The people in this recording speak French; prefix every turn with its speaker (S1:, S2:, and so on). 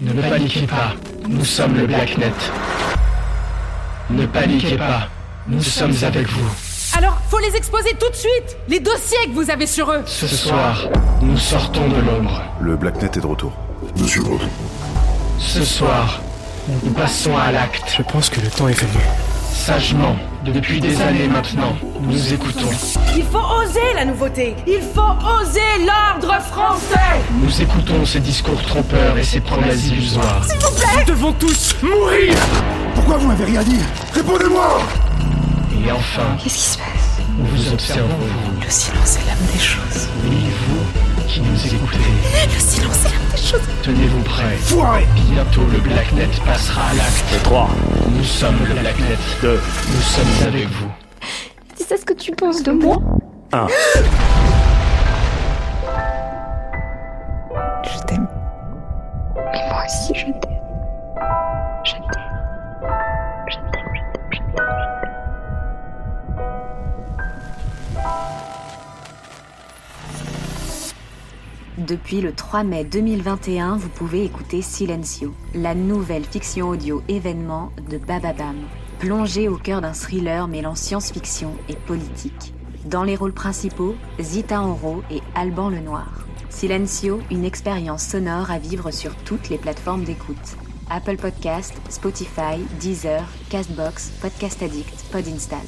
S1: Ne paniquez pas, nous sommes le Blacknet. Ne paniquez pas, nous sommes avec vous.
S2: Alors, faut les exposer tout de suite Les dossiers que vous avez sur eux
S1: Ce soir, nous sortons de l'ombre.
S3: Le Blacknet est de retour.
S4: Monsieur Bond,
S1: Ce soir, nous passons à l'acte.
S5: Je pense que le temps est venu.
S1: Sagement, depuis des années maintenant, nous écoutons.
S2: Il faut oser la nouveauté Il faut oser l'ordre français
S1: Nous écoutons ces discours trompeurs et ces promesses illusoires.
S5: Nous devons tous mourir
S4: pourquoi vous m'avez rien dit Répondez-moi
S1: Et enfin,
S6: Qu'est-ce qui se passe
S1: nous vous observons, vous,
S6: Le silence est l'âme des choses.
S1: oui, vous, qui nous écoutez.
S6: Le silence est l'âme des choses.
S1: Tenez-vous prêts.
S4: Foiré
S1: Bientôt, le Blacknet passera à l'acte.
S3: 3,
S1: Nous sommes le Blacknet.
S3: 2,
S1: Nous sommes avec vous.
S6: Dis ça ce que tu penses de moi.
S3: 1.
S6: Je t'aime. Mais moi aussi, je t'aime. Je t'aime. Je t'aime, je t'aime, je t'aime.
S7: Depuis le 3 mai 2021, vous pouvez écouter Silencio, la nouvelle fiction audio événement de Bababam, plongée au cœur d'un thriller mêlant science-fiction et politique. Dans les rôles principaux, Zita Enro et Alban Lenoir. Silencio, une expérience sonore à vivre sur toutes les plateformes d'écoute. Apple Podcast, Spotify, Deezer, Castbox, Podcast Addict, Podinstall.